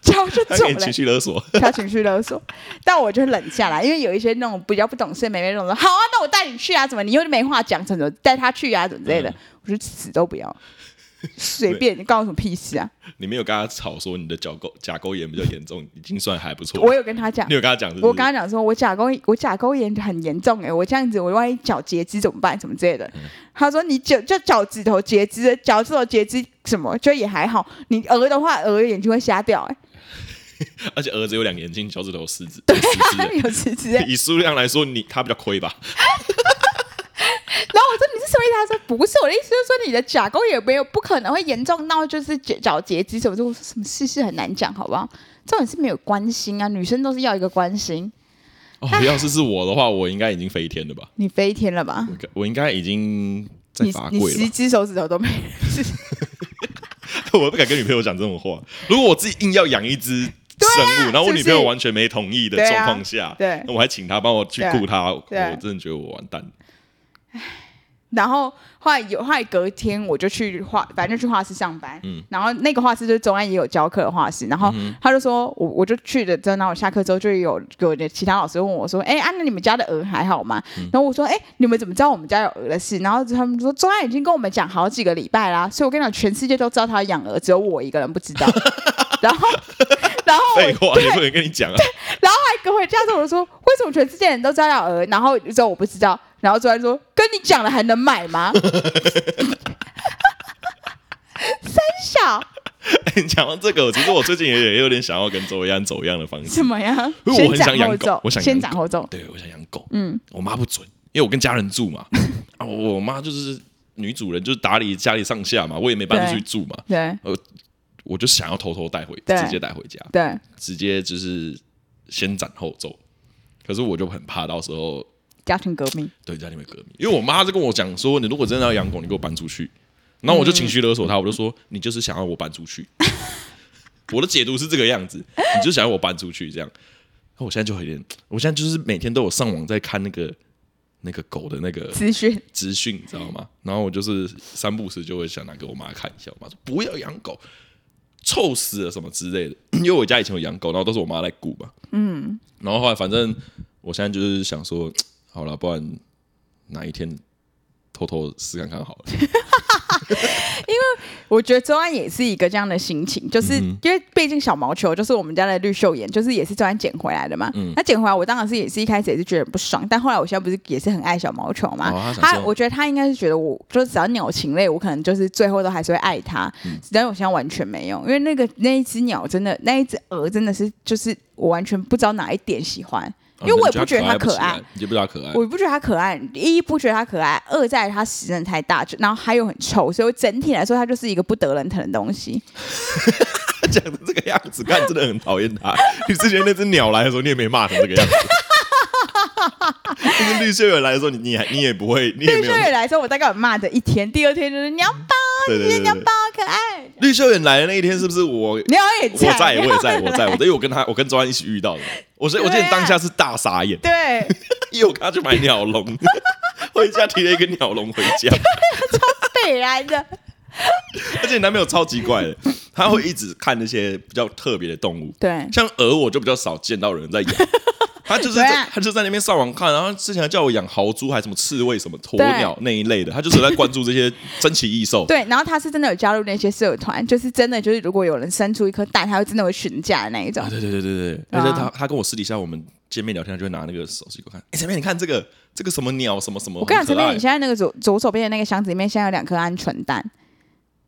S2: 然后就
S1: 他
S2: 走
S1: 可以
S2: 了
S1: 情，绪勒索。
S2: 他情绪勒索。 [LAUGHS] 但我就冷下来，因为有一些那种比较不懂事的妹妹，那种说：“好啊，那我带你去啊，怎么你又没话讲，怎么带他去啊，怎么之类的。
S1: 嗯
S2: 我就死都不要，随便，你关我什么屁事啊？
S1: 你没有跟他吵说你的脚沟甲沟炎比较严重，已经算还不错。
S2: 我有跟他讲
S1: 你。有跟他讲是不是？
S2: 我跟他讲说，我甲沟我甲沟炎很严重哎、我这样子，我万一脚截肢怎么办？什么之类的。他说你脚就脚趾头截肢，脚趾头截肢什么就也还好，你鹅的话，鹅眼睛会瞎掉哎、 [LAUGHS]
S1: 而且儿子有两个眼睛，脚趾头有四只，对、四只的。
S2: 有直直欸。
S1: 以数量来说，你他比较亏吧？
S2: [LAUGHS] 然后我说你是什么意思？他说不是我的意思，就是说你的甲沟也没有不可能会严重到就是脚脚截肢什么。我说什么事是很难讲，好不好？重点是没有关心啊，女生都是要一个关心。
S1: 哦，要是是我的话，我应该已经飞天了吧？
S2: 你飞天了
S1: 我？
S2: 吧
S1: 应该我应该已经在
S2: 你
S1: 罚
S2: 你
S1: 跪了
S2: 十
S1: 吧。
S2: 只手指头都没有。
S1: [LAUGHS] 我不敢跟女朋友讲这种话。如果我自己硬要养一只生物，然后我
S2: 啊是不
S1: 女朋友
S2: 是
S1: 完全没同意的
S2: 对
S1: 状
S2: 啊
S1: 况下，
S2: 对
S1: 那我还请她帮我去
S2: 对啊
S1: 雇她，我
S2: 对啊
S1: 真的觉得我完蛋。
S2: 然后后来有后来隔天我就去画，反正就去画室上班。
S1: 嗯
S2: 然后那个画室就是中安也有教课的画室，然后他就说，我我就去了之后，然后我下课之后就有有的其他老师问我说，哎、啊，那你们家的鹅还好吗？
S1: 嗯
S2: 然后我说，哎、你们怎么知道我们家有鹅的事？然后他们说，中安已经跟我们讲好几个礼拜啦，所以我跟你讲，全世界都知道他养鹅，只有我一个人不知道。然
S1: [LAUGHS]
S2: 后，然后我
S1: 废话，也不能跟你讲啊。
S2: 然后还跟我家长我说，为什么全世界人都知道要鹅，然后只有我不知道？然后昨天说，跟你讲了还能买吗？三小
S1: [LAUGHS] 你讲到这个，其实我最近也也有点想要跟周一安走一样的方式
S2: 怎。么样？
S1: 因 [LAUGHS] 为我
S2: 先
S1: 很想
S2: 斩
S1: 养
S2: 后
S1: 狗
S2: 奏，
S1: 我想养狗
S2: 先斩后奏。
S1: 对，我想养狗，
S2: 嗯，
S1: 我妈不准，因为我跟家人住嘛，啊，我我妈就是女主人，就是打理家里上下嘛，我也没搬出去住嘛，
S2: 对
S1: 我就想要偷偷带回，
S2: 对
S1: 直接带回家，
S2: 对，
S1: 直接就是先斩后奏。可是我就很怕到时候
S2: 家庭革命。
S1: 对家里面革命，因为我妈就跟我讲说，你如果真的要养狗，你给我搬出去。然后我就情绪勒索她，我就说你就是想要我搬出去。我的解读是这个样子，你就想要我搬出去这样。那我现在就有点，我现在就是每天都有上网在看那个那个狗的那个
S2: 资讯
S1: 资讯，你知道
S2: 嗯
S1: 吗？然后我就是三不五时就会想拿给我妈看一下，我妈说不要养狗，臭死了什么之类的。 [CLEARS THROAT] 因为我家以前有养狗，然后都是我妈来顾嘛。嗯，然后后来反正我现在就是想说，好了，不然哪一天偷偷试看看好了。
S2: 我觉得周安也是一个这样的心情，就是、因为毕竟小毛球就是我们家的绿袖眼，就是也是周安捡回来的嘛。那捡回来，我当然是也是一开始也是觉得很不爽，但后来我现在不是也是很爱小毛球嘛。
S1: 哦他想说
S2: 我觉得他应该是觉得我就是只要鸟禽类，我可能就是最后都还是会爱它。但我现在完全没有，因为那个那一只鸟真的，那一只鹅真的是就是我完全不知道哪一点喜欢。
S1: 哦
S2: 因为我也不觉得它可爱，
S1: 你就不觉得它可爱。
S2: 我不觉得它可爱，一不觉得它可爱，二在它食人太大，就然后还有很臭，所以整体来说它就是一个不得人疼的东西。
S1: 他 [LAUGHS] 讲的这个样子，看真的很讨厌他。你之前那只鸟来的时候，你也没骂成这个
S2: [LAUGHS]
S1: 样子。那只绿袖人来的时候，你你还你也不会，你也
S2: 对
S1: 没有
S2: 秀。远来说，我大概有骂着一天，第二天就是鸟包，
S1: 对
S2: 你的
S1: 对对
S2: 鸟
S1: 对
S2: 包，可爱，
S1: 绿袖人来的那一天，是不是
S2: [LAUGHS]
S1: 我
S2: 鸟也
S1: 我在，我也在，
S2: 鸟
S1: 我在，我在，因为我跟他，我跟周安一起遇到的。我所以我记得
S2: 对啊
S1: 当下是大傻眼，
S2: 对，
S1: 因为我跟他去买鸟笼， [LAUGHS] 回家提了一个鸟笼回家，
S2: 北来的，
S1: 而且你男朋友超级怪的，他会一直看那些比较特别的动物，
S2: 对
S1: 像鹅我就比较少见到有人在
S2: [LAUGHS]
S1: 养。他就是
S2: 对
S1: 在
S2: 啊
S1: 他就在那边上网看，然后之前还叫我养豪猪，还什么刺猬、什么鸵鸟那一类的，他就是有在关注这些珍奇异兽。
S2: 对，然后他是真的有加入那些社团，就是真的就是如果有人生出一颗蛋，他会真的会询价的那一种
S1: 啊，，对对对对对，而且他他跟我私底下我们见面聊天，他就会拿那个手机给我看，哎，前面你看这个这个什么鸟什么什么，
S2: 我跟你
S1: 很
S2: 讲，这
S1: 可爱
S2: 边你现在那个左左手边的那个箱子里面，现在有两颗鹌鹑蛋，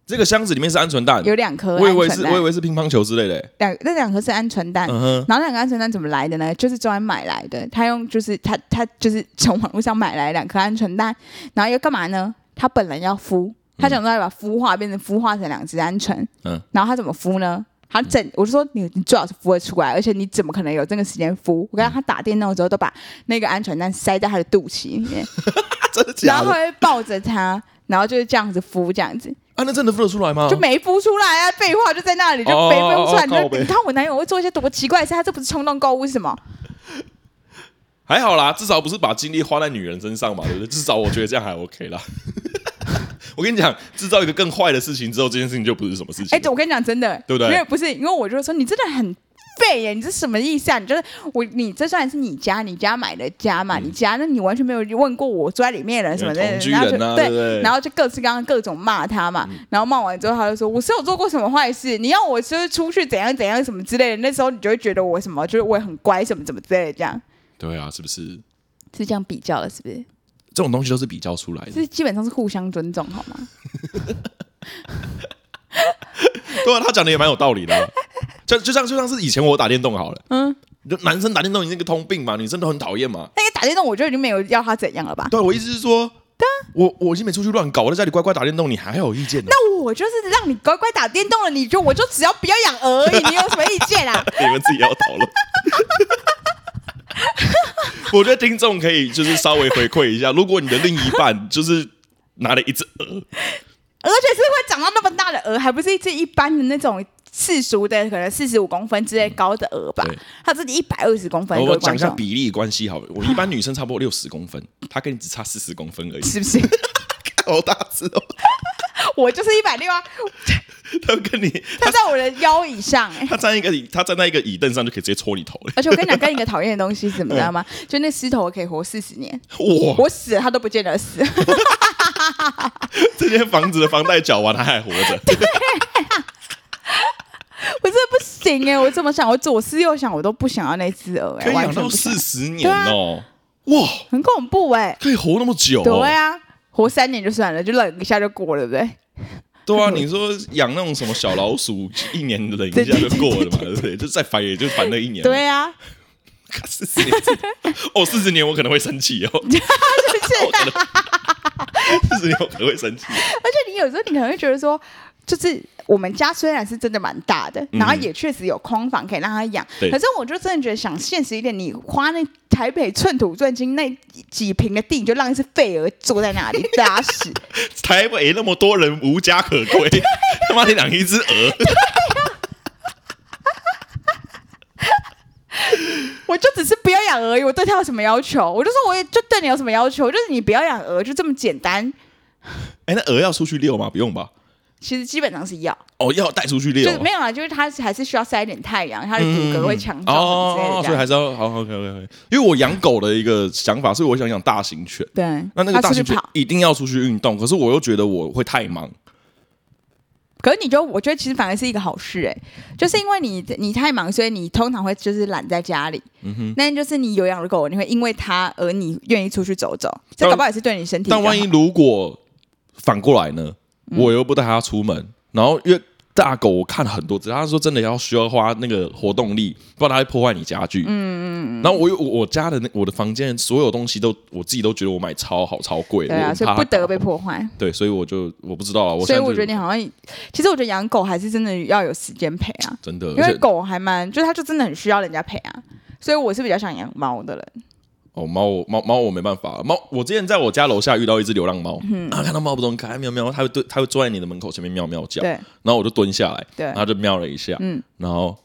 S1: 这个箱子里面是鹌鹑蛋，
S2: 有两颗
S1: 我以为
S2: 鹌
S1: 是
S2: 鹑
S1: 我以
S2: 蛋，
S1: 为是乒乓球之类的，
S2: 两那两颗是鹌鹑蛋。
S1: 嗯哼，
S2: 然后两个鹌鹑蛋怎么来的呢？就是周安买来的，他用就是他他就是从网络上买来两颗鹌鹑蛋，然后要干嘛呢？他本人要孵，他想说要把孵化变成孵化成两只鹌鹑，
S1: 嗯
S2: 然后他怎么孵呢？他整我就说你你最好是孵得出来，而且你怎么可能有这个时间孵？我看他打电动的时候都把那个鹌鹑蛋塞在他的肚脐里面，
S1: 啊真的 [LAUGHS] 假
S2: 然后
S1: 的？
S2: 他会抱着它，然后就是这样子孵，这样子
S1: 啊，那真的孵得出来吗？
S2: 就没孵出来啊！废话就在那里，就
S1: 哦
S2: 没孵出来。
S1: 哦
S2: 你
S1: 靠
S2: 就
S1: 北
S2: 你看我男友会做一些多奇怪的事，他这不是冲动购物是什么？
S1: 还好啦，至少不是把精力花在女人身上嘛，对不对？至少我觉得这样还 OK 啦。 [LAUGHS] 我跟你讲，制造一个更坏的事情之后，这件事情就不是什么事情
S2: 哎、
S1: 了。
S2: 我跟你讲，真的，
S1: 对不对
S2: 因为不是，因为我就说你真的很废耶，你这什么意思啊？你就是我，你这算是你家，你家买的家嘛，你家，那你完全没有问过我住在里面了什么的，
S1: 同居
S2: 然后就
S1: 人啊嗯对不嗯对
S2: 然后就各式各样各种骂他嘛，然后骂完之后，他就说我是有做过什么坏事，你要我就是出去怎样怎样什么之类的，那时候你就会觉得我什么，就是我也很乖什么怎么之类的，这样
S1: 对啊，是不是？
S2: 是这样比较了，是不是？
S1: 这种东西都是比较出来的。
S2: 是基本上是互相尊重，好吗？
S1: 对啊，他讲的也蛮有道理的啊、就就像就像是以前我打电动好了，嗯，就男生打电动已经是个通病嘛，女生都很讨厌嘛。
S2: 那个打电动，我就已经没有要他怎样了吧？
S1: 对啊，啊我意思是说，我我已经没出去乱搞，我在家里乖乖打电动，你还有意见呢？
S2: 那我就是让你乖乖打电动了，你就我就只要不要养鹅而已，你有什么意
S1: [LAUGHS]
S2: 见啊？
S1: 你们自己要讨论。我觉得听众可以就是稍微回馈一下，如果你的另一半就是拿了一只鹅，
S2: 而且是会长到那么大的鹅，还不是一只一般的那种世俗的，可能四十五公分之类高的鹅吧
S1: 对？
S2: 它是一百二十公分，各
S1: 我
S2: 位
S1: 讲
S2: 观
S1: 一下
S2: 众
S1: 比例关系好了。我一般女生差不多六十公分，她跟你只差四十公 [LAUGHS] 分而已，
S2: 是不是？
S1: 好大只哦，
S2: 我就是一百六啊，
S1: 她跟你
S2: 它在我的腰以上、哎
S1: 她站一个椅，她站在一个椅凳上就可以直接戳你头了。
S2: 而且我跟你讲，跟一个讨厌的东西是怎么知
S1: [LAUGHS]
S2: 道吗？
S1: 嗯
S2: 就那狮头可以活四十年，
S1: 哇，
S2: 我死了它都不见得死。
S1: 这间房子的房贷缴完，她还活着。
S2: 我真的不行哎、我这么想，我左思右想，我都不想要那只鹅、哎，
S1: 可以
S2: 完
S1: 养
S2: 全
S1: 到
S2: 不想
S1: 四十年哦，哇，
S2: 很恐怖哎、
S1: 可以活那么久、哦。
S2: 对啊，活三年就算了，就冷一下就过了，对不对？
S1: 对啊，你说养那种什么小老鼠，一年忍一下就过了嘛，对不对？就再烦也就烦那一年。，
S2: 对啊， [LAUGHS]
S1: 四十年，哦，四十年我可能会生气哦，
S2: 是啊，
S1: 四十年我可能会生气。
S2: 而且你有时候你可能会觉得说，就是我们家虽然是真的蛮大的，然后也确实有空房可以让它养，
S1: 嗯对
S2: 可是我就真的觉得想现实一点，你花那台北寸土寸金那几平的地，你就让一只废鹅坐在那里拉屎，
S1: 台北那么多人无家可归，他妈你养一只鹅，
S2: 我就只是不要养鹅而已，我对它有什么要求？我就说我也就对你有什么要求？就是你不要养鹅，就这么简单。
S1: 哎，那鹅要出去遛吗？不用吧？
S2: 其实基本上是要，
S1: 哦，要带出去
S2: 就
S1: 遛
S2: 是
S1: 哦，
S2: 没有啊，就是它还是需要晒一点太
S1: 嗯
S2: 阳，它的骨骼会强壮什
S1: 哦
S2: 么，
S1: 所以
S2: 之类的
S1: 还是要好 OK OK OK。因为我养狗的一个想法，所以我想养大型犬。
S2: 这样。对，
S1: 那那个
S2: 它
S1: 大
S2: 出去
S1: 型犬
S2: 跑，
S1: 一定要出去运动，可是我又觉得我会太忙，
S2: 可是你就我觉得其实反而是一个好事哎、就是因为你你太忙，所以你通常会就是懒在家里。嗯哼，那就是你有养的狗，你会因为它而你愿意出去走走，这
S1: 但
S2: 搞不好也是对你身体比较嗯
S1: 但
S2: 好。
S1: 万一如果反过来呢，我又不带它出门，然后因为大狗我看很多只，他说真的要需要花那个活动力，不然它会破坏你家具。嗯嗯嗯。然后我又我我家的那我的房间所有东西都我自己都觉得我买超好超贵，
S2: 对啊，
S1: 我
S2: 所
S1: 很
S2: 以
S1: 怕
S2: 不得被
S1: 它
S2: 破坏。
S1: 对，所以我就我不知道啊，我
S2: 所
S1: 现在
S2: 以
S1: 就
S2: 我觉得你好像，其实我觉得养狗还是真的要有时间陪啊，
S1: 真的，
S2: 因
S1: 而
S2: 为
S1: 且
S2: 狗还蛮，就是它就真的很需要人家陪啊。所以我是比较想养猫的人。
S1: 哦，猫我猫猫我没办法了。猫我之前在我家楼下遇到一只流浪猫，
S2: 嗯
S1: 然后看到猫不动开，喵喵，它会蹲，它会坐在你的门口前面喵喵叫，然
S2: 对
S1: 后我就蹲下来，
S2: 对
S1: 然后它就喵了一下，
S2: 嗯
S1: 然后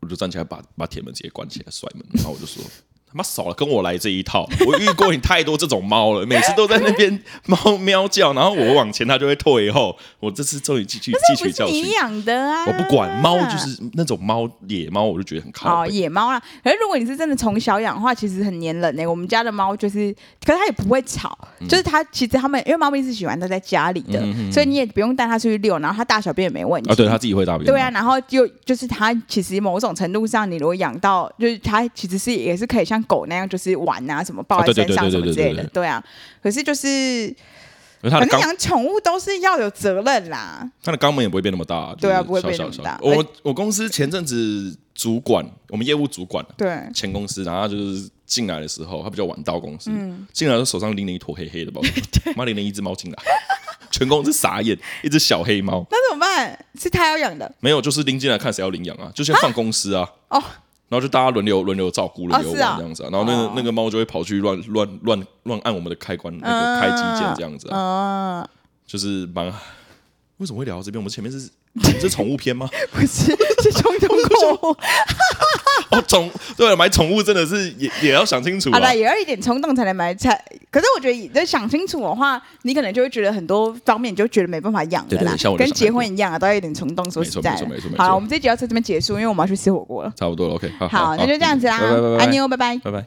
S1: 我就站起来把把铁门直接关起来摔门，然后我就说。他妈少了跟我来这一套！我遇过你太多这种猫了，每次都在那边猫喵叫，然后我往前它就会退后。我这次终于汲取汲
S2: 不
S1: 取
S2: 是
S1: 教训
S2: 你，养的啊，
S1: 我不管猫就是那种猫野猫，我就觉得很靠
S2: 哦，
S1: 北。
S2: 野猫啦。可是如果你是真的从小养的话，其实很黏人呢、欸我们家的猫就是，可是它也不会吵，
S1: 嗯
S2: 就是它其实它们因为猫咪是喜欢待在家里的，所以你也不用带它出去遛，然后它大小便也没问题。
S1: 啊，对，它自己会大便。
S2: 对啊，，然后就就是它其实某种程度上，你如果养到，就是它其实是也是可以像狗那样，就是玩啊什么抱
S1: 啊
S2: 在
S1: 对对
S2: 身上
S1: 对
S2: 什
S1: 对
S2: 么
S1: 对
S2: 之类
S1: 对
S2: 的
S1: 对，
S2: 对啊。可是就是
S1: 因为它的
S2: 反
S1: 肛
S2: 正养宠物都是要有责任啦，
S1: 它的肛门也不会变那么大，就是
S2: 对啊不会
S1: 小
S2: 变
S1: 小
S2: 那么
S1: 小
S2: 大而
S1: 我我公司前阵子主管，我们业务主管啊
S2: 对。
S1: 前公司，然后他就是进来的时候，他比较晚到公司，
S2: 嗯
S1: 进来的时候手上拎了一坨黑黑的
S2: [LAUGHS]
S1: 包，妈拎了一只猫进来， [LAUGHS] 全公司傻眼，一只小黑猫，
S2: 那怎么办？是它要养的
S1: 没有，就是拎进来看谁要领养啊，就先放公司啊，
S2: 哦，
S1: 然后就大家轮流轮流照顾，轮流
S2: 是啊
S1: 玩这样子啊，然后那个
S2: 哦
S1: 那个猫就会跑去乱乱乱乱按我们的开关，那个
S2: 嗯
S1: 开机键这样子啊，
S2: [LAUGHS] 啊、呃
S1: 就是蛮。为什么会聊到这边？我们前面是我们是宠物篇吗？
S2: 不是，是冲 [LAUGHS] 动购物。
S1: 哦， [LAUGHS] 宠对买宠物真的是也也要想清楚
S2: 好
S1: 啊
S2: 了，。也要一点冲动才能买菜。可是我觉得，你在想清楚的话，你可能就会觉得很多方面你就觉得没办法养的
S1: 对对
S2: 啦
S1: 对像，我就
S2: 跟
S1: 想
S2: 结婚一样啊，都要有点冲动。说
S1: 没
S2: 实
S1: 错
S2: 在
S1: 没错没错
S2: 的，
S1: 没
S2: 好
S1: 错
S2: 了，我们这集要在这边结束，因为我们要去吃火锅了。
S1: 差不多了，OK，好，
S2: 好，那就这样子啦
S1: 拜拜拜，拜，
S2: 安妞，拜拜。
S1: 拜拜。